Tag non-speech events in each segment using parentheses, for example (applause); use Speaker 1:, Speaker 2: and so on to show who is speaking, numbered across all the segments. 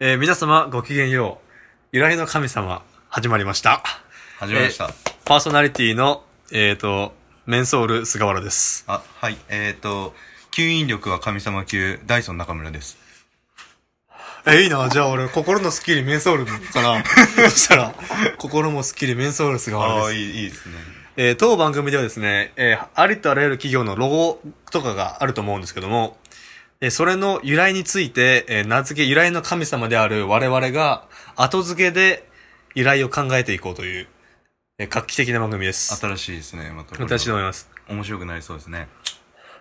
Speaker 1: えー皆様ごきげんよう。由来の神様、始まりました。
Speaker 2: 始まりました。
Speaker 1: パーソナリティの、えっ、と、メンソール菅原です。
Speaker 2: あ、はい。えっ、と、吸引力は神様級、ダイソン中村です。
Speaker 1: え、いいな。じゃあ俺、心のスッキリメンソールから、 (laughs) そしたら、心もスッキリメンソール菅
Speaker 2: あ
Speaker 1: 原
Speaker 2: あ、
Speaker 1: です。
Speaker 2: いい、いいですね。
Speaker 1: えー当番組ではですね、えーありとあらゆる企業のロゴとかがあると思うんですけども、えーそれの由来について、えー名付け由来の神様である我々が、後付けで由来を考えていこうという、えー画期的な番組です。
Speaker 2: 新しいですね。またこれは
Speaker 1: 私と思います。
Speaker 2: 面白くなりそうですね。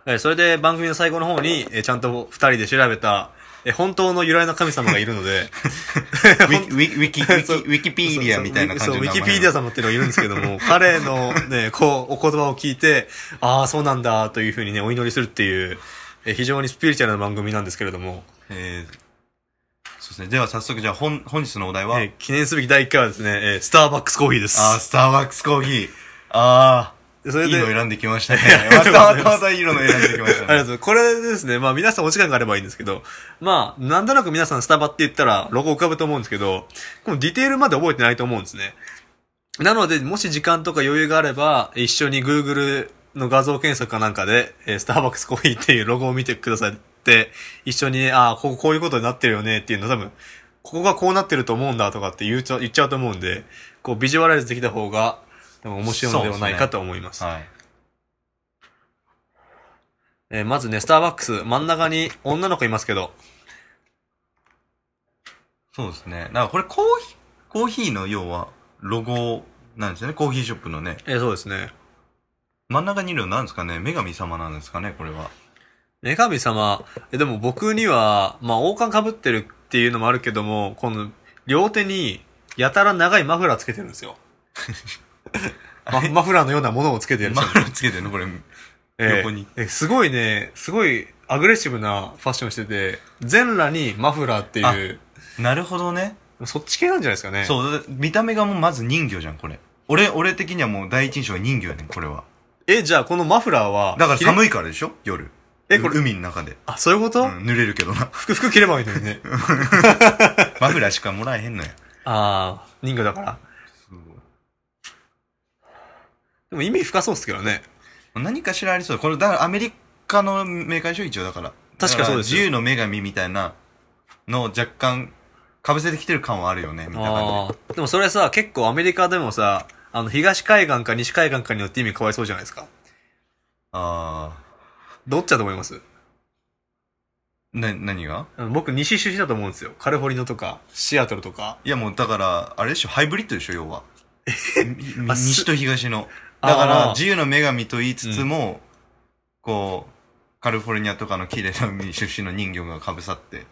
Speaker 1: えーそれで番組の最後の方に、えーちゃんと二人で調べた、えー本当の由来の神様がいるの
Speaker 2: (laughs)
Speaker 1: で、
Speaker 2: ウィキ、ウィキ、ウィキ、ウ
Speaker 1: そう
Speaker 2: ィキウィキペディアみたいな感じ
Speaker 1: そう、
Speaker 2: の
Speaker 1: ウ
Speaker 2: 名
Speaker 1: ィ
Speaker 2: 前
Speaker 1: キペディア様っていうのがいるんですけど
Speaker 2: (laughs)
Speaker 1: も、彼のね、こう、お言葉を聞いて、ああ、そうなんだ、というふうにね、お祈りするっていう、え非常にスピリチュアルな番組なんですけれども、
Speaker 2: えーそうですね。では早速、じゃあ、本、本日のお題は、
Speaker 1: え記念すべき第1回はですね、えスターバックスコーヒーで
Speaker 2: あー、
Speaker 1: す。
Speaker 2: スターバックスコーヒー。あ
Speaker 1: でそ
Speaker 2: あ、
Speaker 1: れ
Speaker 2: いい
Speaker 1: で、
Speaker 2: の選んできましたね。
Speaker 1: りが
Speaker 2: ま
Speaker 1: と
Speaker 2: た
Speaker 1: うございます
Speaker 2: またまたいいの選んできまし
Speaker 1: ありがと
Speaker 2: た
Speaker 1: うござい
Speaker 2: ね。
Speaker 1: ます。これですね、まあ皆さんお時間があればいいんですけど、まあ、なんとなく皆さんスタバって言ったらロゴ浮かぶと思うんですけど、このディテールまで覚えてないと思うんですね。なので、もし時間とか余裕があれば、一緒に Google の画像検索かなんかで、えースターバックスコーヒーっていうロゴを見てくださって、一緒にね、ああ、こここういうことになってるよねっていうの多分、ここがこうなってると思うんだとかって言っちゃ言っちゃうと思うんで、こうビジュアライズできた方が、多分面白いのではないかと思います。
Speaker 2: はい。
Speaker 1: えーまずね、スターバックス、真ん中に女の子いますけど、
Speaker 2: そうですね。なんかこれコーヒー、コーヒーの要は、ロゴなんですよね。コーヒーショップのね。
Speaker 1: えーそうですね。
Speaker 2: 真ん中にいるのなんですかね女神様なんですかねこれは。
Speaker 1: 女神様、えでも僕には、まあ、王冠被ってるっていうのもあるけども、この、両手に、やたら長いマフラーつけてるんです
Speaker 2: (laughs)
Speaker 1: よ。まマフラーのようなものをつけてるんで
Speaker 2: マ
Speaker 1: すよ
Speaker 2: フラーつけてるのこれ。
Speaker 1: えー
Speaker 2: 横に
Speaker 1: えすごいね、すごいアグレッシブなファッションしてて、全裸にマフラーっていう、
Speaker 2: なるほどね。
Speaker 1: そっち系なんじゃないですかね。う。
Speaker 2: そう、だって見た目がもうまず人魚じゃん、これ。俺、俺的にはもう第一印象は人魚やねん、これは。
Speaker 1: え、じゃあこのマフラーは、
Speaker 2: だから
Speaker 1: い。
Speaker 2: 寒いからでしょ夜。
Speaker 1: えこれ
Speaker 2: う海の中で。
Speaker 1: あ、そういうこと、。
Speaker 2: うん、濡れるけど (laughs) な
Speaker 1: 服、服着ればいいのに
Speaker 2: (laughs)
Speaker 1: ね。
Speaker 2: マフラーしかもらえへんのや。
Speaker 1: ああ、人魚だから。でも意味深そうっすけどね。
Speaker 2: 何かしらありそう。これ、だからアメリカのメーカーでしょ一応だから。
Speaker 1: 確かそうです
Speaker 2: だ
Speaker 1: よ
Speaker 2: ら自由の女神みたいなのを若干、被せてきてる感はあるよね、みたいな感
Speaker 1: ああ。でもそれさ、結構アメリカでもさ、あの、東海岸か西海岸かによって意味変わりそうじゃないですか。
Speaker 2: ああ
Speaker 1: どっちだと思います
Speaker 2: ー。な、何が
Speaker 1: あの僕、西出身だと思うんですよ。カリフォルニアとか、シアトルとか。
Speaker 2: いやもうだから、あれでしょ、ハイブリッドでしょ、要は。
Speaker 1: (laughs)
Speaker 2: み
Speaker 1: あす
Speaker 2: 西と東の。
Speaker 1: あー
Speaker 2: だから、自由の女神と言いつつも、こう、カリフォルニアとかの綺麗な海出身の人魚がかぶさって。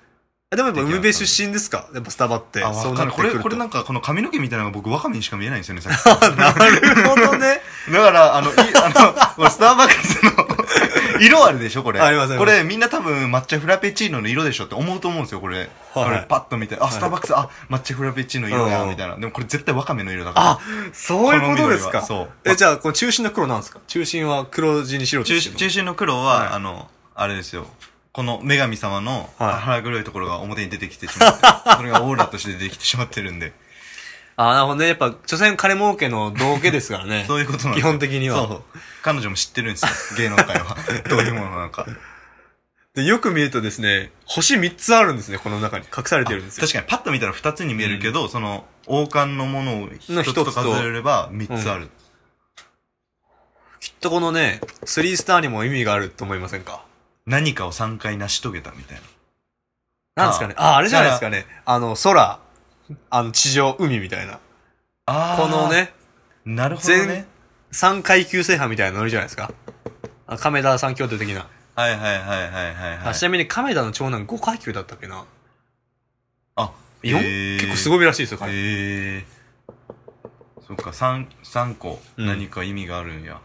Speaker 1: えでもやっぱ海辺出身ですかやっぱスタバって。
Speaker 2: あ、
Speaker 1: そ
Speaker 2: わ
Speaker 1: う
Speaker 2: か
Speaker 1: なんっ
Speaker 2: な
Speaker 1: てくる
Speaker 2: い。これ、
Speaker 1: と
Speaker 2: これなんか、この髪の毛みたいなのが僕、ワカメにしか見えないんですよね、さ
Speaker 1: (laughs)
Speaker 2: っき。
Speaker 1: なるほどね。
Speaker 2: だから、あの、い (laughs) あの、これ (laughs) スターバックスの、色あるでしょ、これ。
Speaker 1: ありますあります
Speaker 2: これ、みんな多分、抹茶フラペチーノの色でしょって思うと思うんですよ、これ。
Speaker 1: はい
Speaker 2: これ、パッと見て、あ、スターバックス、あ、抹茶フラペチーノ色や、みたいな。でも、これ絶対ワカメの色だか
Speaker 1: (laughs)
Speaker 2: ら。
Speaker 1: あ、そういうことですか。
Speaker 2: この緑はそう
Speaker 1: え、じゃあ、この中心の黒なんですか中心は黒地に白
Speaker 2: 中
Speaker 1: ですけど
Speaker 2: 中心の黒は、
Speaker 1: はい
Speaker 2: あの、あれですよ。この女神様の
Speaker 1: はい
Speaker 2: 腹黒いところが表に出てきてし
Speaker 1: (laughs)
Speaker 2: まって、それがオーラとして出てきてしまってるんで、
Speaker 1: あ、なるほどね。やっぱ、所詮金儲けの道化ですからね。 (laughs)
Speaker 2: そういうことなんで
Speaker 1: 基
Speaker 2: すよ
Speaker 1: 本的には
Speaker 2: そう。彼女も知ってるんですよ、芸能界
Speaker 1: (laughs)
Speaker 2: は。どういうものなのか。
Speaker 1: で、よく見るとですね、星3つあるんですね、この中に。隠されてるんですよ。
Speaker 2: 確かにパッと見たら2つに見えるけど、その、王冠のものを1つと数えれば3つある。
Speaker 1: きっとこのね、スリースターにも意味があると思いませんか
Speaker 2: 何かを3回成し遂げたみたいな。
Speaker 1: なんですかねああ、れじゃないですかね。あの、空、あの、地上、海みたいな。
Speaker 2: あー
Speaker 1: この。ね、
Speaker 2: なるほどね。
Speaker 1: 3階級制覇みたいなノリじゃないですか。あ亀田三兄弟的な、
Speaker 2: はいはいはいはいはい、は
Speaker 1: あ
Speaker 2: い
Speaker 1: ち。なみに亀田の長男5階級だったっけな。
Speaker 2: あ、
Speaker 1: 4、
Speaker 2: へー
Speaker 1: 結構すごいらしいですよ、彼。
Speaker 2: へえそっか三三個
Speaker 1: うん
Speaker 2: 何か意味があるんや、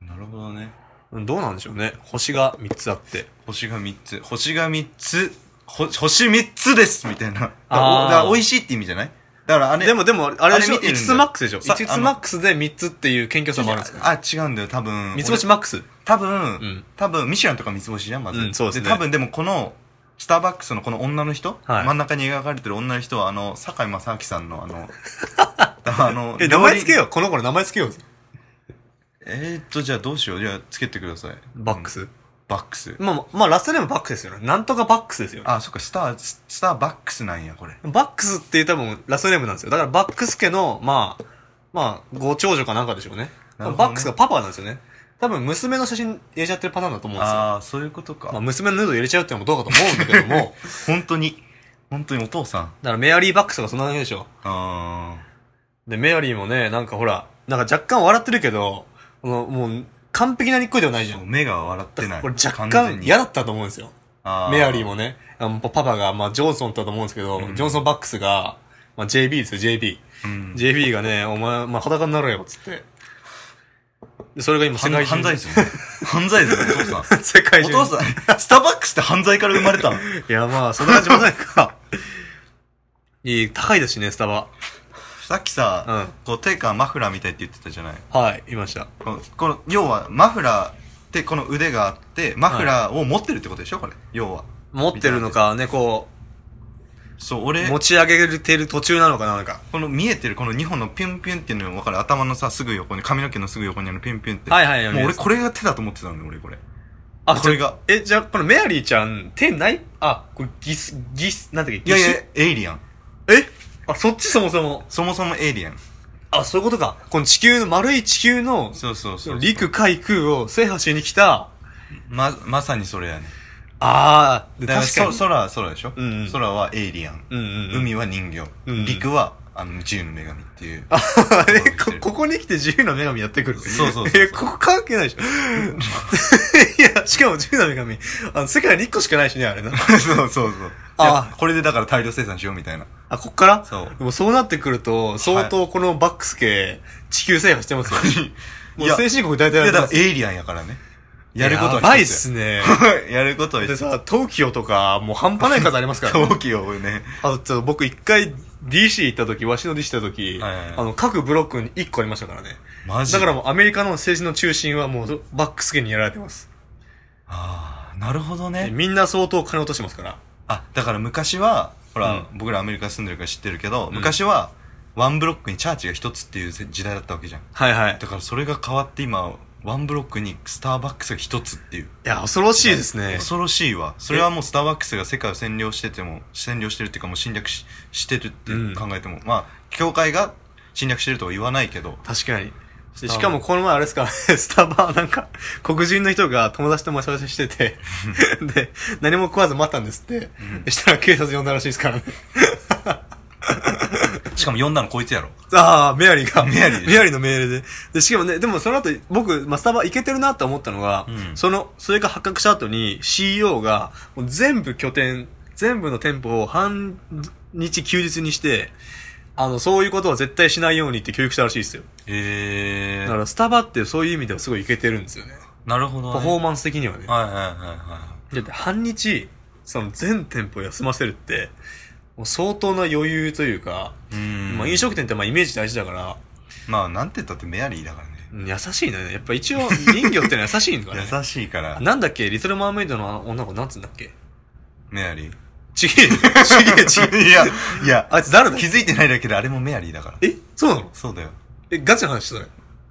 Speaker 2: なるほどね
Speaker 1: うんどうなんでしょうね。星が3つあって。
Speaker 2: 星が三つ星が三つほ星三つですみたいなだから
Speaker 1: あー
Speaker 2: おだから美味しいって意味じゃないだからあれ
Speaker 1: でもでも、あれでしょ
Speaker 2: あれ見てる
Speaker 1: ?5
Speaker 2: んだ
Speaker 1: つマックスでしょ
Speaker 2: さ
Speaker 1: ?5
Speaker 2: あ
Speaker 1: つ
Speaker 2: の
Speaker 1: マックスで3つっていう謙虚さもあるんですか
Speaker 2: あ違うんだよ多分
Speaker 1: 三つ星マックス
Speaker 2: 俺多分、
Speaker 1: ん
Speaker 2: 多分ミシュランとか三つ星じゃんまず、
Speaker 1: うんそうですね
Speaker 2: 多分でもこのスターバックスのこの女の人、
Speaker 1: はい
Speaker 2: 真ん中に描かれてる女の人は、あの、堺正明さんのあ
Speaker 1: (laughs)
Speaker 2: の、あの
Speaker 1: え、名前つけよう。この子の名前つけよう。
Speaker 2: えー、っと、じゃあどうしよう。じゃあつけてください。
Speaker 1: バックス。
Speaker 2: バックス。
Speaker 1: まあ、まあ、ラストネームバックスですよね。なんとかバックスですよね。
Speaker 2: あ、そっか、スター、ススターバックスなんや、これ。
Speaker 1: バックスっていう多分ラストネームなんですよ。だからバックス家の、まあ、まあ、ご長女かなんかでしょうね。
Speaker 2: なるほどね
Speaker 1: バックスがパパなんですよね。多分娘の写真入れちゃってるパターンだと思うんですよ。
Speaker 2: ああ、そういうことか。
Speaker 1: まあ、娘のヌード入れちゃうってのもどうかと思うんだ
Speaker 2: (laughs)
Speaker 1: けども、
Speaker 2: 本当に、本当にお父さん。
Speaker 1: だからメアリー・バックスとかそんな感じでしょ。
Speaker 2: あ
Speaker 1: で、メアリーもね、なんかほら、なんか若干笑ってるけど、このもう、完璧なにっこりではないじゃ
Speaker 2: あ。
Speaker 1: ん。
Speaker 2: 目が笑ってない。
Speaker 1: これ若
Speaker 2: 完全
Speaker 1: 干
Speaker 2: に
Speaker 1: 嫌だったと思うんですよ。
Speaker 2: あ
Speaker 1: メアリーもね、あのパパが、まあ、ジョンソンだったと思うんですけど、
Speaker 2: うん
Speaker 1: ジョンソン・バックスが、まあ、JB ですよ、JB。
Speaker 2: うん。
Speaker 1: JB がね、お前、まあ、裸になれよ、つって。で、それが今、世
Speaker 2: 犯
Speaker 1: 界中。
Speaker 2: 犯罪ですよね。犯罪ですよね、お父さ
Speaker 1: (laughs)
Speaker 2: ん。
Speaker 1: 世界
Speaker 2: お
Speaker 1: 中。
Speaker 2: 父さん、スターバックスって犯罪から生まれたの
Speaker 1: いや、まあ、そんな感じもないか。 (laughs) いい、高いですしね、スタバ。
Speaker 2: さっき
Speaker 1: う
Speaker 2: さ、
Speaker 1: ん。
Speaker 2: こう、手かマフラーみたいって言ってたじゃない
Speaker 1: はい、いました。
Speaker 2: この、この要は、マフラーってこの腕があって、マフラーを持ってるってことでしょこれ。要は。
Speaker 1: 持ってるのか、ね、こ
Speaker 2: そう、
Speaker 1: う、
Speaker 2: 俺、
Speaker 1: 持ち上げてる途中なのかな、なんか。
Speaker 2: この見えてるこの2本のピュンピュンっていうの分かる頭のさ、すぐ横に、髪の毛のすぐ横にあるピュンピュンって。
Speaker 1: はいはいはい
Speaker 2: もう俺これが手だと思ってたんだよ、俺これ。
Speaker 1: あ、
Speaker 2: これが。
Speaker 1: じゃえ、じゃあ、このメアリーちゃん、手ないあ、これ、ギス、ギス、なんだっけ、
Speaker 2: い
Speaker 1: ギ
Speaker 2: や
Speaker 1: ス
Speaker 2: いや、エイリアン。
Speaker 1: えあ、そっちそもそも。
Speaker 2: そもそもエイリアン。
Speaker 1: あ、そういうことか。この地球の、丸い地球の、
Speaker 2: そうそうそう。
Speaker 1: 陸海空を制覇しに来た、
Speaker 2: ま、まさにそれやね。
Speaker 1: ああ、で
Speaker 2: だから
Speaker 1: 確かに。
Speaker 2: そ空は空でしょ、
Speaker 1: うんうん
Speaker 2: 空はエイリアン。
Speaker 1: うんうんうん、
Speaker 2: 海は人形。
Speaker 1: うんうん
Speaker 2: 陸は、あの、自由の女神っていう。
Speaker 1: (laughs) えこ、ここに来て自由な女神やってくる。
Speaker 2: そうそうそうそう
Speaker 1: え、ここ関 (laughs) 係ないでしょ。いや、しかも自由な女神、あの、世界に1個しかないしね、あれな。
Speaker 2: そうそうそう。
Speaker 1: あ
Speaker 2: いやこれでだから大量生産しようみたいな。
Speaker 1: あ、こっから
Speaker 2: そう
Speaker 1: でもそうなってくると、相当このバックス系、地球制覇してますよ。もうい
Speaker 2: や
Speaker 1: 先進国大体
Speaker 2: い
Speaker 1: や
Speaker 2: や、
Speaker 1: り
Speaker 2: だ
Speaker 1: ま
Speaker 2: か
Speaker 1: す
Speaker 2: らエイリアンやからね。やることは
Speaker 1: やばいっ
Speaker 2: 一つ
Speaker 1: すね。
Speaker 2: (laughs) ややることは一
Speaker 1: で
Speaker 2: つ。
Speaker 1: さ、東京とか、もう半端ない数あります
Speaker 2: (laughs)
Speaker 1: からね、
Speaker 2: 陶器をね。
Speaker 1: あとちょっと僕一回 DC 行った時、ワシの DC 行った時、
Speaker 2: はいはいはい
Speaker 1: あの、各ブロックに1個ありましたからね。
Speaker 2: マジ
Speaker 1: だ
Speaker 2: で
Speaker 1: からもうアメリカの政治の中心はもうバックス家にやられてます。
Speaker 2: ああ、なるほどね。
Speaker 1: みんな相当金落としてますから。
Speaker 2: あ、だから昔は、ほら、
Speaker 1: う
Speaker 2: 僕らアメリカ住んでるから知ってるけど、昔は、ワンブロックにチャーチが一つっていう時代だったわけじゃん。
Speaker 1: はいはい。
Speaker 2: だからそれが変わって今、ワンブロックにスターバックスが一つっていう。
Speaker 1: いや、恐ろしいですね。
Speaker 2: 恐ろしいわ。それはもうスターバックスが世界を占領してても、占領してるっていうかもう侵略ししてるって考えても、まあ、教会が侵略してるとは言わないけど、
Speaker 1: 確かに。で
Speaker 2: スタバ
Speaker 1: しかもこの前あれですか、 (laughs) スタバなんか、黒人の人が友達と待ち合わせして (laughs) て、で、何も食わず待ったんですって、したら警察呼んだらしいですからね。
Speaker 2: しかも呼んだのこいつやろ。
Speaker 1: ああ、メアリーが。
Speaker 2: メアリー
Speaker 1: メアリーの命令で。で、しかもね、でもその後、僕、まあ、スタバいけてるなと思ったのが、
Speaker 2: うん
Speaker 1: その、それが発覚した後に CEO が、もう全部拠点、全部の店舗を半日休日にして、あの、そういうことは絶対しないようにって教育したらしいですよ。
Speaker 2: ええ
Speaker 1: だか
Speaker 2: ー。
Speaker 1: ら、スタバってそういう意味ではすごいいけてるんですよね。
Speaker 2: なるほど、ね。
Speaker 1: パフォーマンス的にはね。
Speaker 2: はいはいはいは
Speaker 1: だって半日、その全店舗休ませるって、もう相当な余裕というか、
Speaker 2: い。うん。
Speaker 1: まあ飲食店ってまあイメージ大事だから、
Speaker 2: まあ、なんて言ったってメアリーだからね。
Speaker 1: うん優しいね。やっぱ一応、人魚ってのは優しいんだね。
Speaker 2: (laughs) 優しいから、
Speaker 1: なんだっけリトルマーメイドの女の子なんつうんだっけ
Speaker 2: メ
Speaker 1: (laughs)
Speaker 2: アリー。
Speaker 1: ちげえよ、ちげえ、ちげえ。
Speaker 2: いや、いや、
Speaker 1: あいつ誰だ
Speaker 2: 気づいてないだけであれもメアリーだから。
Speaker 1: えそうなの
Speaker 2: そうだよ。
Speaker 1: え、ガチの話だね。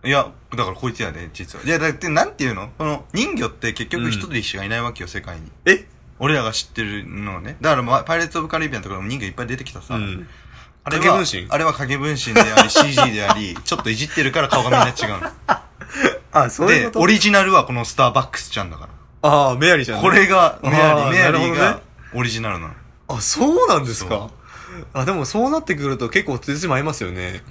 Speaker 2: いや、だからこいつやで、実は。いや、だってなんていうのこの人魚って結局一人しかいないわけよ、世界に。
Speaker 1: え
Speaker 2: 俺らが知ってるのはね。だから、まあパイレーツ・オブ・カリビアンとかでも人魚いっぱい出てきたさ。
Speaker 1: うん。
Speaker 2: あれは
Speaker 1: 影分身
Speaker 2: あれは影分身
Speaker 1: (laughs)
Speaker 2: であり、CG であり、ちょっといじってるから顔がみんな違うの。
Speaker 1: あ、そ
Speaker 2: で、オリジナルはこのスターバックスちゃんだか
Speaker 1: ああ、メアリーじゃ
Speaker 2: ら。
Speaker 1: ん。
Speaker 2: これが、メアリ
Speaker 1: あー
Speaker 2: ー、メ
Speaker 1: な
Speaker 2: アリ
Speaker 1: る
Speaker 2: ー
Speaker 1: ほどね
Speaker 2: がオリジナルなの。
Speaker 1: あ、そうなんです
Speaker 2: そ
Speaker 1: か
Speaker 2: う。
Speaker 1: あ、でもそうなってくると結構つじつま合いますよね。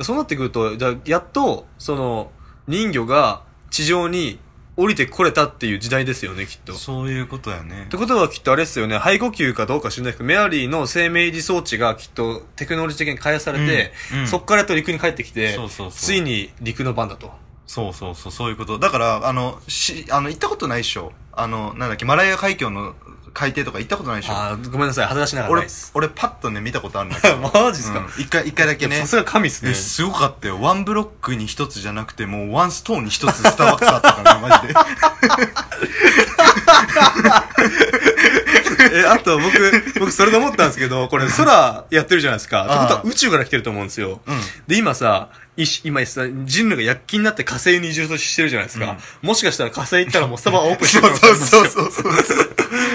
Speaker 1: そうなってくると、じゃあやっと、その、人魚が地上に降りてこれたっていう時代ですよね、きっと。
Speaker 2: そういうことやね
Speaker 1: って。ことはきっとあれですよね、肺呼吸かどうか知らないけど、メアリーの生命維持装置がきっとテクノロジー的に開発されて、
Speaker 2: うんうん
Speaker 1: そっからやっと陸に帰ってきて、
Speaker 2: そうそうそう
Speaker 1: ついに陸の番だと。
Speaker 2: そうそうそう、そういうこと。だから、あの、し、あの、行ったことないっしょ。あの、なんだっけ、マラヤ海峡の海底とか行ったことないっしょ。
Speaker 1: あーごめんなさい、恥ずかしながらない
Speaker 2: 俺
Speaker 1: です。、
Speaker 2: 俺パッとね、見たことあるん (laughs) だけ
Speaker 1: (laughs)
Speaker 2: ど。
Speaker 1: マジっすか
Speaker 2: うん一回、一回だけね
Speaker 1: さ。すが神っす
Speaker 2: え、
Speaker 1: ね。
Speaker 2: すごかったよ。ワンブロックに一つじゃなくて、もうワンストーンに一つスターバックスあったからね、マジで。
Speaker 1: え、あと僕、僕それで思ったんですけど、これ空やってるじゃないですか。ってことは宇宙から来てると思うんですよ。
Speaker 2: うん
Speaker 1: で、今さ、いし今さ、人類が躍起になって火星に移住してるじゃないですか。もしかしたら火星行ったらもうスタバオープンして
Speaker 2: (laughs) そ
Speaker 1: るか
Speaker 2: う
Speaker 1: もしれ
Speaker 2: そ
Speaker 1: ない
Speaker 2: う
Speaker 1: ですよ
Speaker 2: そうそう (laughs) そう。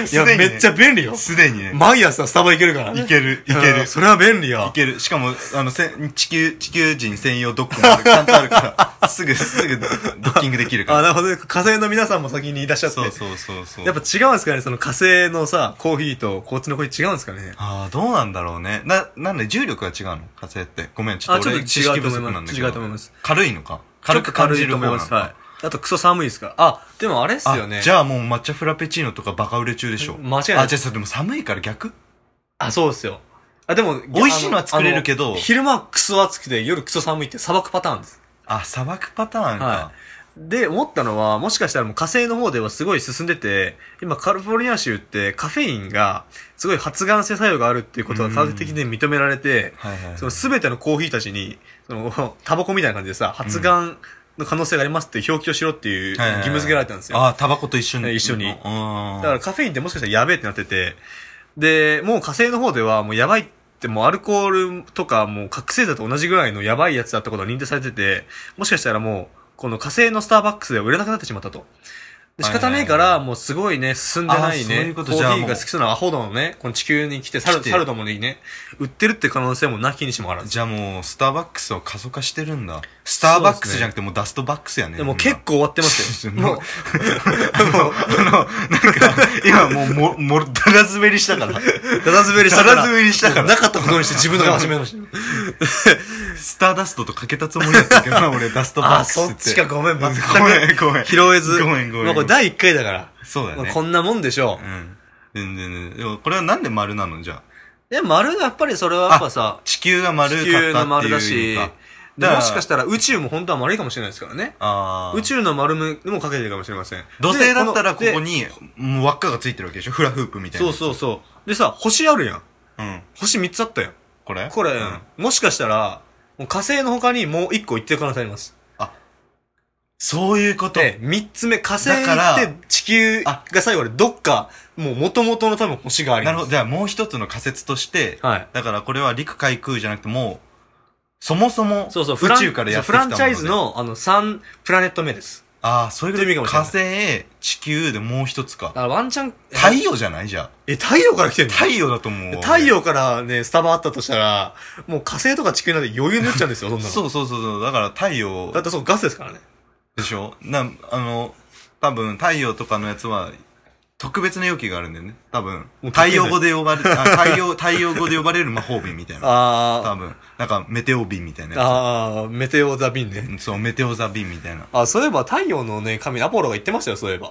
Speaker 1: いや、
Speaker 2: すでにね
Speaker 1: めっちゃ便利よ。
Speaker 2: すでに (laughs) ね、
Speaker 1: 毎朝スタバ行けるからね。
Speaker 2: いける、いけ
Speaker 1: う
Speaker 2: る
Speaker 1: ん。それは便利や
Speaker 2: い。ける。しかも、あの、せ地球、地球人専用ドックもちゃんとあるから、すぐ、すぐドッキングできるか
Speaker 1: あ、
Speaker 2: ら。
Speaker 1: なるほどね。火星の皆さんも先にいらっしゃって。
Speaker 2: そうそうそうそう。
Speaker 1: やっぱ違うんですかねその火星のさ、コーヒーとこっちのコーヒー違うんですかね
Speaker 2: ああ、どうなんだろうね。な、なんで重力が違うの火星って。ごめん、ちょっと
Speaker 1: あ
Speaker 2: 俺
Speaker 1: ち
Speaker 2: 知
Speaker 1: ょっと違
Speaker 2: 識
Speaker 1: うと
Speaker 2: 不
Speaker 1: 思いま
Speaker 2: 足
Speaker 1: す
Speaker 2: なんだけど。
Speaker 1: 違うと思います。
Speaker 2: 軽いのか軽く感じる方なの
Speaker 1: ちょっと軽いと思います。はい。あと、クソ寒いですから。あ、でもあれっすよね。
Speaker 2: あじゃあもう抹茶フラペチーノとかバカ売れ中でしょ。
Speaker 1: 間違いない
Speaker 2: あ、じゃあそれでも寒いから逆
Speaker 1: あ、そうですよ。あ、でも、
Speaker 2: 美味しいのは作れるけど
Speaker 1: あのあの昼間はクソ暑くて夜クソ寒いって砂漠パターンです。
Speaker 2: あ、砂漠パターンか。
Speaker 1: はい。で、思ったのは、もしかしたらもう火星の方ではすごい進んでて、今カリフォルニア州ってカフェインがすごい発がん性作用があるっていうことが科学的に認められて、
Speaker 2: はい、はいはい
Speaker 1: その全てのコーヒーたちに、その、 (laughs) タバコみたいな感じでさ、発がんの可能性がありますっていう表記をしろっていう
Speaker 2: はいはいはい
Speaker 1: 義務付けられたんですよ。
Speaker 2: ああ、タバコと一緒に。
Speaker 1: 一緒に
Speaker 2: うん。だか
Speaker 1: だからカフェインってもしかしたらやべえってなってて、で、もう火星の方ではもうやばいって、もうアルコールとかもう覚醒剤と同じぐらいのやばいやつだったことが認定されてて、もしかしたらもう、この火星のスターバックスでは売れなくなってしまったと。で仕方ねえか
Speaker 2: はいはい
Speaker 1: ら、もうすごいね、進んでない
Speaker 2: あそうい
Speaker 1: ね、
Speaker 2: う
Speaker 1: コー
Speaker 2: こと
Speaker 1: ヒ
Speaker 2: じゃあ
Speaker 1: ー
Speaker 2: もう
Speaker 1: が好きそうなアホどもね、この地球に来て、猿
Speaker 2: 来て
Speaker 1: 猿どもにね、売ってるって可能性もなきにしもあらず。
Speaker 2: じゃあもう、スターバックスを過疎化してるんだ。スターバックスじゃなくてもうダストバックスやね。
Speaker 1: でも結構終わってますよ。
Speaker 2: も
Speaker 1: (laughs) も
Speaker 2: う、もう、あの、なんか、今もう、も、も、だら滑りしたから。
Speaker 1: う、ダダ滑りしたから。
Speaker 2: ダダ滑りしたから
Speaker 1: なかったことにして自分の顔始めました。
Speaker 2: スターダストとかけたつもりだったけ
Speaker 1: (laughs)
Speaker 2: どな、俺、ダストバッ
Speaker 1: あ、
Speaker 2: クスって。
Speaker 1: そっちか、ごめん、
Speaker 2: ご
Speaker 1: 全
Speaker 2: め
Speaker 1: く。
Speaker 2: ん、ごめん。
Speaker 1: 拾えず。
Speaker 2: ごめん、ごめ
Speaker 1: まあ
Speaker 2: ん。
Speaker 1: これ第1回だから。
Speaker 2: そうだ
Speaker 1: まあ
Speaker 2: ね。
Speaker 1: こんなもんでしょ
Speaker 2: うん。全然ね。でも、これはなんで丸なのじゃ
Speaker 1: う。で、丸がやっぱりそれはやっぱさ
Speaker 2: あ。、地球が丸か
Speaker 1: 地
Speaker 2: ったってい
Speaker 1: 球
Speaker 2: う意味か。
Speaker 1: の丸だし、で
Speaker 2: だから
Speaker 1: もしかしたら宇宙も本当は丸いかもしれないですからね。
Speaker 2: あー
Speaker 1: 宇宙の丸めもかけてるかもしれません。
Speaker 2: 土星だったらこ
Speaker 1: で
Speaker 2: こ。に、もう輪っかがついてるわけでしょフラフープみた
Speaker 1: で
Speaker 2: いな。
Speaker 1: そうそうそう。でさ、星あるやん。
Speaker 2: う。うん。
Speaker 1: 星3つあったやん。
Speaker 2: これ
Speaker 1: これ、
Speaker 2: うん
Speaker 1: もしかしたら、もう火星の他にもう1個行ってる可能性あります。
Speaker 2: そういうこと。
Speaker 1: で、三つ目、火星
Speaker 2: だか
Speaker 1: 行
Speaker 2: ら
Speaker 1: って地球が最後でどっか、もう元々の多分星があり
Speaker 2: な
Speaker 1: ます。
Speaker 2: るほど。じゃあもう一つの仮説として、
Speaker 1: はい。
Speaker 2: だからこれは陸海空じゃなくてもう、そもそも
Speaker 1: そうそう、
Speaker 2: 宇宙からやってきたも
Speaker 1: フラ
Speaker 2: ので
Speaker 1: ンチャイズの、あの、3プラネット目です。
Speaker 2: ああ、そういうこと
Speaker 1: って意味かもしれ
Speaker 2: 火
Speaker 1: ない
Speaker 2: 星、地球でもう一つ
Speaker 1: だ
Speaker 2: か。
Speaker 1: からワンチャン、え
Speaker 2: 太陽じゃないじゃあ。
Speaker 1: え、太陽から来てんの
Speaker 2: 太陽だと思う。
Speaker 1: 太陽からね、スタバあったとしたら、もう火星とか地球なんて余裕になっちゃうんですよ、そんなの。
Speaker 2: そうそうそうそう。だから太陽
Speaker 1: だってそうガスですからね。
Speaker 2: でしょな、あの、多分太陽とかのやつは、特別な容器があるんだよね。多分。
Speaker 1: もう
Speaker 2: 太陽語で呼ばれ、 (laughs) あ太陽、太陽語で呼ばれる魔法瓶みたいな。多
Speaker 1: あ
Speaker 2: 分。なんか、メテオ瓶みたいな
Speaker 1: ー、
Speaker 2: や
Speaker 1: あー、メテオザビンね。
Speaker 2: つ。そう、メテオザ瓶みたいな。
Speaker 1: あ、そういえば太陽のね、神アポロが言ってましたよ、そういえば。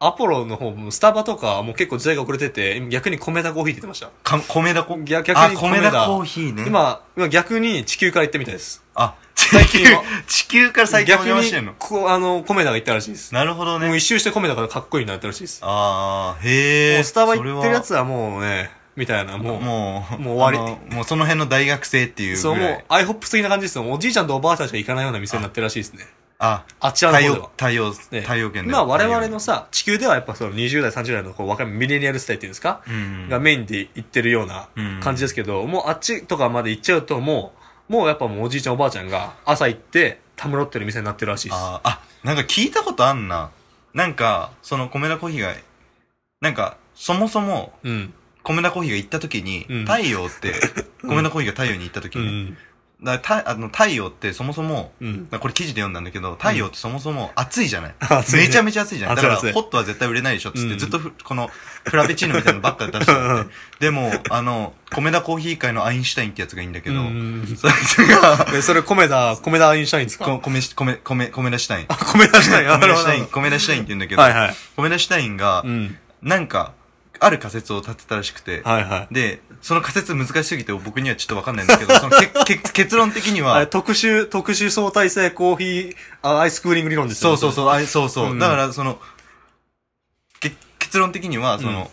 Speaker 1: アポロの方も、スタバとかもう結構時代が遅れてて、逆に米田コーヒーって言ってました。
Speaker 2: か、米田コーヒー。
Speaker 1: 逆逆に
Speaker 2: あ、
Speaker 1: 米
Speaker 2: 米
Speaker 1: 田
Speaker 2: 田コーヒーね。、
Speaker 1: 今、今逆に地球から行ってみたいです。
Speaker 2: あ、
Speaker 1: 最
Speaker 2: 最
Speaker 1: 近
Speaker 2: 近
Speaker 1: は、
Speaker 2: 地球から最近お
Speaker 1: 逆
Speaker 2: 邪魔してん
Speaker 1: に
Speaker 2: の、。
Speaker 1: こあの、コメダが行ったらしいです。
Speaker 2: なるほど
Speaker 1: もう
Speaker 2: ね。
Speaker 1: 一周してコメダからかっこいいなってらしいです。
Speaker 2: あー、へー。
Speaker 1: もうスタバ
Speaker 2: それ
Speaker 1: 行
Speaker 2: は
Speaker 1: ってるやつはもうね、みたいな、もう、
Speaker 2: もう、
Speaker 1: もう終わり
Speaker 2: あのもうその辺の大学生っていう
Speaker 1: そう、
Speaker 2: ぐ
Speaker 1: も
Speaker 2: ら
Speaker 1: う
Speaker 2: い。、
Speaker 1: アイホップ的な感じですよ。おじいちゃんとおばあちゃんしか行かないような店になってるらしいですね。
Speaker 2: あ、
Speaker 1: あちらの
Speaker 2: 太
Speaker 1: 方
Speaker 2: 陽
Speaker 1: では。、
Speaker 2: 太陽、
Speaker 1: ね
Speaker 2: 太陽圏で。
Speaker 1: まあ我々のさ、地球ではやっぱその20代、30代のこう若いミレニアル世代っていうんですか、
Speaker 2: うん
Speaker 1: がメインで行ってるような感じですけど、もうあっちとかまで行っちゃうともう、もうやっぱもうおじいちゃんおばあちゃんが朝行ってたむろってる店になってるらしいです。
Speaker 2: あーあ、なんか聞いたことあんな。なんか、その米田コーヒーが、なんか、そもそも、
Speaker 1: うん。
Speaker 2: 米田コーヒーが行った時に、
Speaker 1: うん
Speaker 2: 太陽
Speaker 1: (laughs)
Speaker 2: って、米田コーヒーが太陽に行った時
Speaker 1: う
Speaker 2: に、
Speaker 1: ん。
Speaker 2: だからたあの太陽ってそもそも、
Speaker 1: うん。
Speaker 2: これ記事で読んだんだけど、太陽ってそもそも暑いじゃない、
Speaker 1: 暑いね
Speaker 2: めちゃめちゃ暑いじゃないだ
Speaker 1: 暑い
Speaker 2: か
Speaker 1: 暑
Speaker 2: ら、
Speaker 1: い
Speaker 2: ホットは絶対売れないでしょっつって、
Speaker 1: うん
Speaker 2: ずっとふこの、フラペチーノみたいなのばっか出してたって。でも、あの、米田コーヒー界のアインシュタインってやつがいいんだけ
Speaker 1: け
Speaker 2: ど、
Speaker 1: ど、
Speaker 2: そいつが、
Speaker 1: え (laughs) それ、コメダ、コメダアインシュタインですか
Speaker 2: こ米し、米、米、米田シュタイン。
Speaker 1: コメダアインシュタイン、
Speaker 2: 米田シュタイン、
Speaker 1: は
Speaker 2: 米田シュタインって言うんだけ
Speaker 1: い
Speaker 2: ど、
Speaker 1: はい。
Speaker 2: 米田シュタインが
Speaker 1: う、ん。
Speaker 2: なんか、ある仮説を立てたらしくて、
Speaker 1: はいはい。
Speaker 2: で、その仮説難しすぎて僕にはちょっとわかんないんだけど、そのけけ結論的に
Speaker 1: あれ、
Speaker 2: は、
Speaker 1: 特殊、特殊相対性コーヒー、あアイスクーリング理論です
Speaker 2: そうそう
Speaker 1: う。
Speaker 2: そう、あそうそう、
Speaker 1: うん
Speaker 2: だからその、け結論的には、その、
Speaker 1: うん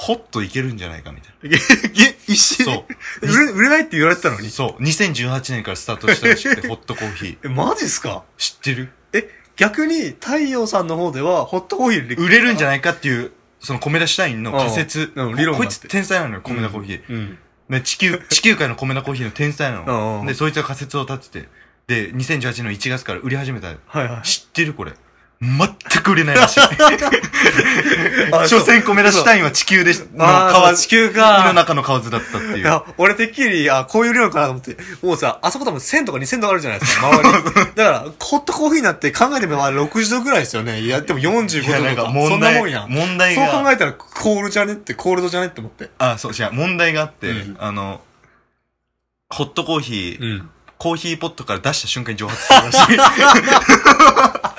Speaker 2: ホッといけるんじゃないかみたい
Speaker 1: え、一瞬。
Speaker 2: そう
Speaker 1: 売れ、売れないって言われてたの
Speaker 2: な。
Speaker 1: に。
Speaker 2: そう、2018年からスタートしたらしくて、ホットコーヒー。
Speaker 1: え、マジっすか
Speaker 2: 知ってる
Speaker 1: え、逆に、太陽さんの方では、ホットコーヒーで
Speaker 2: 売れるんじゃないかっていうその米田シュタインの仮説。
Speaker 1: うんうん理論
Speaker 2: こい
Speaker 1: だっ
Speaker 2: つ
Speaker 1: て
Speaker 2: 天才なのよ、米田コーヒー。
Speaker 1: うん。
Speaker 2: ね、地
Speaker 1: (laughs)
Speaker 2: 球、地球界の米田コーヒーの天才な
Speaker 1: うんうん
Speaker 2: の。で、そいつが仮説を立てて、で、2018年の1月から売り始めた。
Speaker 1: はいはい。
Speaker 2: 知ってるこれ。全く売れな
Speaker 1: (laughs)
Speaker 2: いらしい。
Speaker 1: あ
Speaker 2: 所詮米田シュタインは地球でし、の
Speaker 1: あー
Speaker 2: 川
Speaker 1: 地球
Speaker 2: 海の
Speaker 1: か。
Speaker 2: 中の河津だったって
Speaker 1: い
Speaker 2: いう。
Speaker 1: や、俺てっきり、あ、こういう理論かなと思って、もうさ、あそこ多分1000とか2000とかあるじゃないですか、周り。
Speaker 2: (laughs)
Speaker 1: だから、ホットコーヒーになって考えてみれば60度ぐらいですよね。いや、でも45
Speaker 2: いやな
Speaker 1: 度
Speaker 2: ん
Speaker 1: と
Speaker 2: か
Speaker 1: か、そ
Speaker 2: 問
Speaker 1: んな
Speaker 2: 題
Speaker 1: もんやん。
Speaker 2: 問題が
Speaker 1: そう考えたら、コールじゃねって、コールドじゃねって思って。
Speaker 2: あ、そう、じゃ問題があって、
Speaker 1: うん
Speaker 2: あの、ホットコーヒー、
Speaker 1: ん。
Speaker 2: コーヒーポットから出した瞬間に蒸発するらしい。
Speaker 1: 持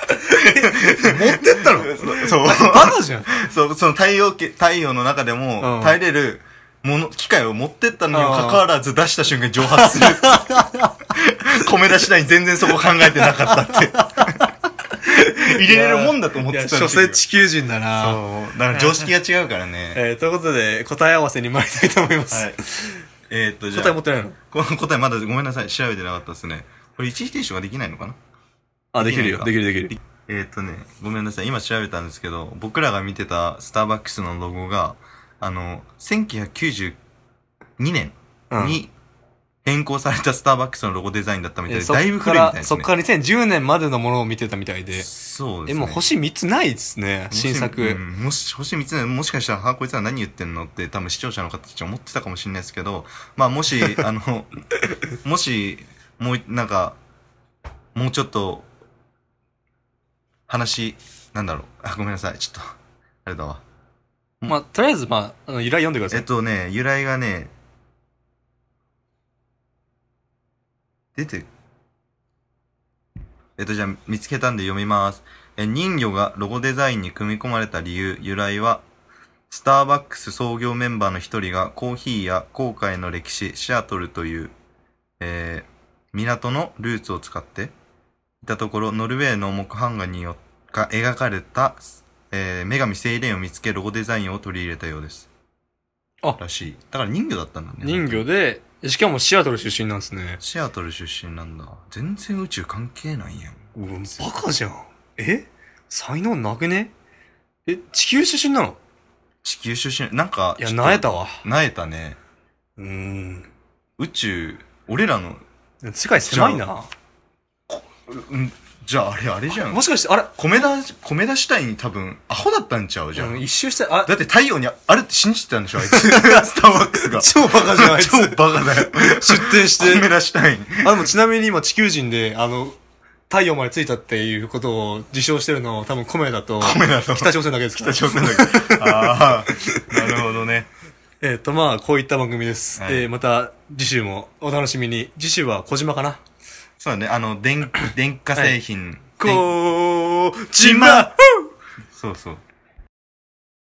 Speaker 1: ってったの (laughs)
Speaker 2: そう
Speaker 1: バカじ
Speaker 2: (laughs)
Speaker 1: ゃん。
Speaker 2: そう、その太陽系、太陽の中でも、
Speaker 1: うん
Speaker 2: 耐えれる、もの、機械を持ってったのにも
Speaker 1: うん
Speaker 2: かかわらず出した瞬間に蒸
Speaker 1: (laughs)
Speaker 2: 発する。米田次第に全然そこ考えてなかっ
Speaker 1: (laughs)
Speaker 2: たって。入れれるもんだと思って
Speaker 1: い
Speaker 2: た
Speaker 1: や所
Speaker 2: らしいよ
Speaker 1: 詮地球人だな
Speaker 2: そう。だから常識が違うからね。
Speaker 1: えー、ということで、答え合わせに参りたいと思います。
Speaker 2: はい。えーっと、じゃあ。
Speaker 1: 答え持ってないの
Speaker 2: この答えまだごめんなさい、調べてなかったですね。これ一時停止ができないのかな
Speaker 1: あ、
Speaker 2: で
Speaker 1: で
Speaker 2: き
Speaker 1: き
Speaker 2: る
Speaker 1: る
Speaker 2: よ
Speaker 1: よ。できるできる。
Speaker 2: えーっ、とね、ごめんなさい、今調べたんですけど、僕らが見てたスターバックスのロゴが、あの、1992年
Speaker 1: うん
Speaker 2: に変更されたスターバックスのロゴデザインだったみたい
Speaker 1: え
Speaker 2: で、
Speaker 1: そっ
Speaker 2: だいぶ
Speaker 1: か
Speaker 2: 古いみたい
Speaker 1: ら、
Speaker 2: です
Speaker 1: そっ
Speaker 2: ね。
Speaker 1: から2010年までのものを見てたみたいで。
Speaker 2: そうで
Speaker 1: え、
Speaker 2: すね。
Speaker 1: もう星3つないですね、新作。
Speaker 2: もしうんもし、星三つ目、もしかしたら、はこいつは何言ってんのって多分視聴者の方たち思ってたかもしれないですけど、まあ
Speaker 1: (laughs)
Speaker 2: もし、あの、もし、もう、なんか、もうちょっと、話、なんだろう。あ、ごめんなさい。ちょっと、あれだわ。
Speaker 1: まあ、とりあえず、まあ、あの、依頼読んでくださ
Speaker 2: えっ
Speaker 1: い。
Speaker 2: とね、由来がね、出て、えっと、じゃあ見つけたんで読みます。え、人魚がロゴデザインに組み込まれた理由、由来は、スターバックス創業メンバーの一人がコーヒーや航海の歴史、シアトルという、えー港のルーツを使っていたところ、ノルウェーの木版画によっか描かれた、えー女神セイレーンを見つけ、ロゴデザインを取り入れたようです。
Speaker 1: あ
Speaker 2: らしい。だから人魚だったんだね。
Speaker 1: 人魚で、しかもシアトル出身なんですね。
Speaker 2: シアトル出身なんだ。全然宇宙関係ないやん。
Speaker 1: うん、バカじゃん。え才能なくねえ、地球出身なの
Speaker 2: 地球出身、なんか、
Speaker 1: いや、
Speaker 2: ちょっと
Speaker 1: なえた。わ。
Speaker 2: なえたね。
Speaker 1: うーん。
Speaker 2: 宇宙、俺らの、
Speaker 1: 世界狭いな。
Speaker 2: うん、じゃああれ、あれじゃん
Speaker 1: も。しかして、あれ
Speaker 2: 米田、米田主体に多分、アホだったんちゃうじゃん。
Speaker 1: うん一周して、あ
Speaker 2: だ、って太陽にあるって信じてたんでしょ、
Speaker 1: (laughs)
Speaker 2: あいつ。スターバックスが。
Speaker 1: 超バカじゃん、あいつ。
Speaker 2: 超バカだよ。
Speaker 1: 出店して。
Speaker 2: 米田主体に。
Speaker 1: あ、でもちなみに今地球人で、あの、太陽まで着いたっていうことを自称してるの多分コメだと、
Speaker 2: 米田と。
Speaker 1: 北朝鮮だけです。
Speaker 2: 北朝鮮だけど。ああ、なるほどね。
Speaker 1: えっ、と、まあ、こういった番組です。
Speaker 2: はい
Speaker 1: えーまた次週もお楽しみに。次週は小島かな
Speaker 2: そうだね、あの、電、電化製品。電
Speaker 1: こー、
Speaker 2: ちまそうそう。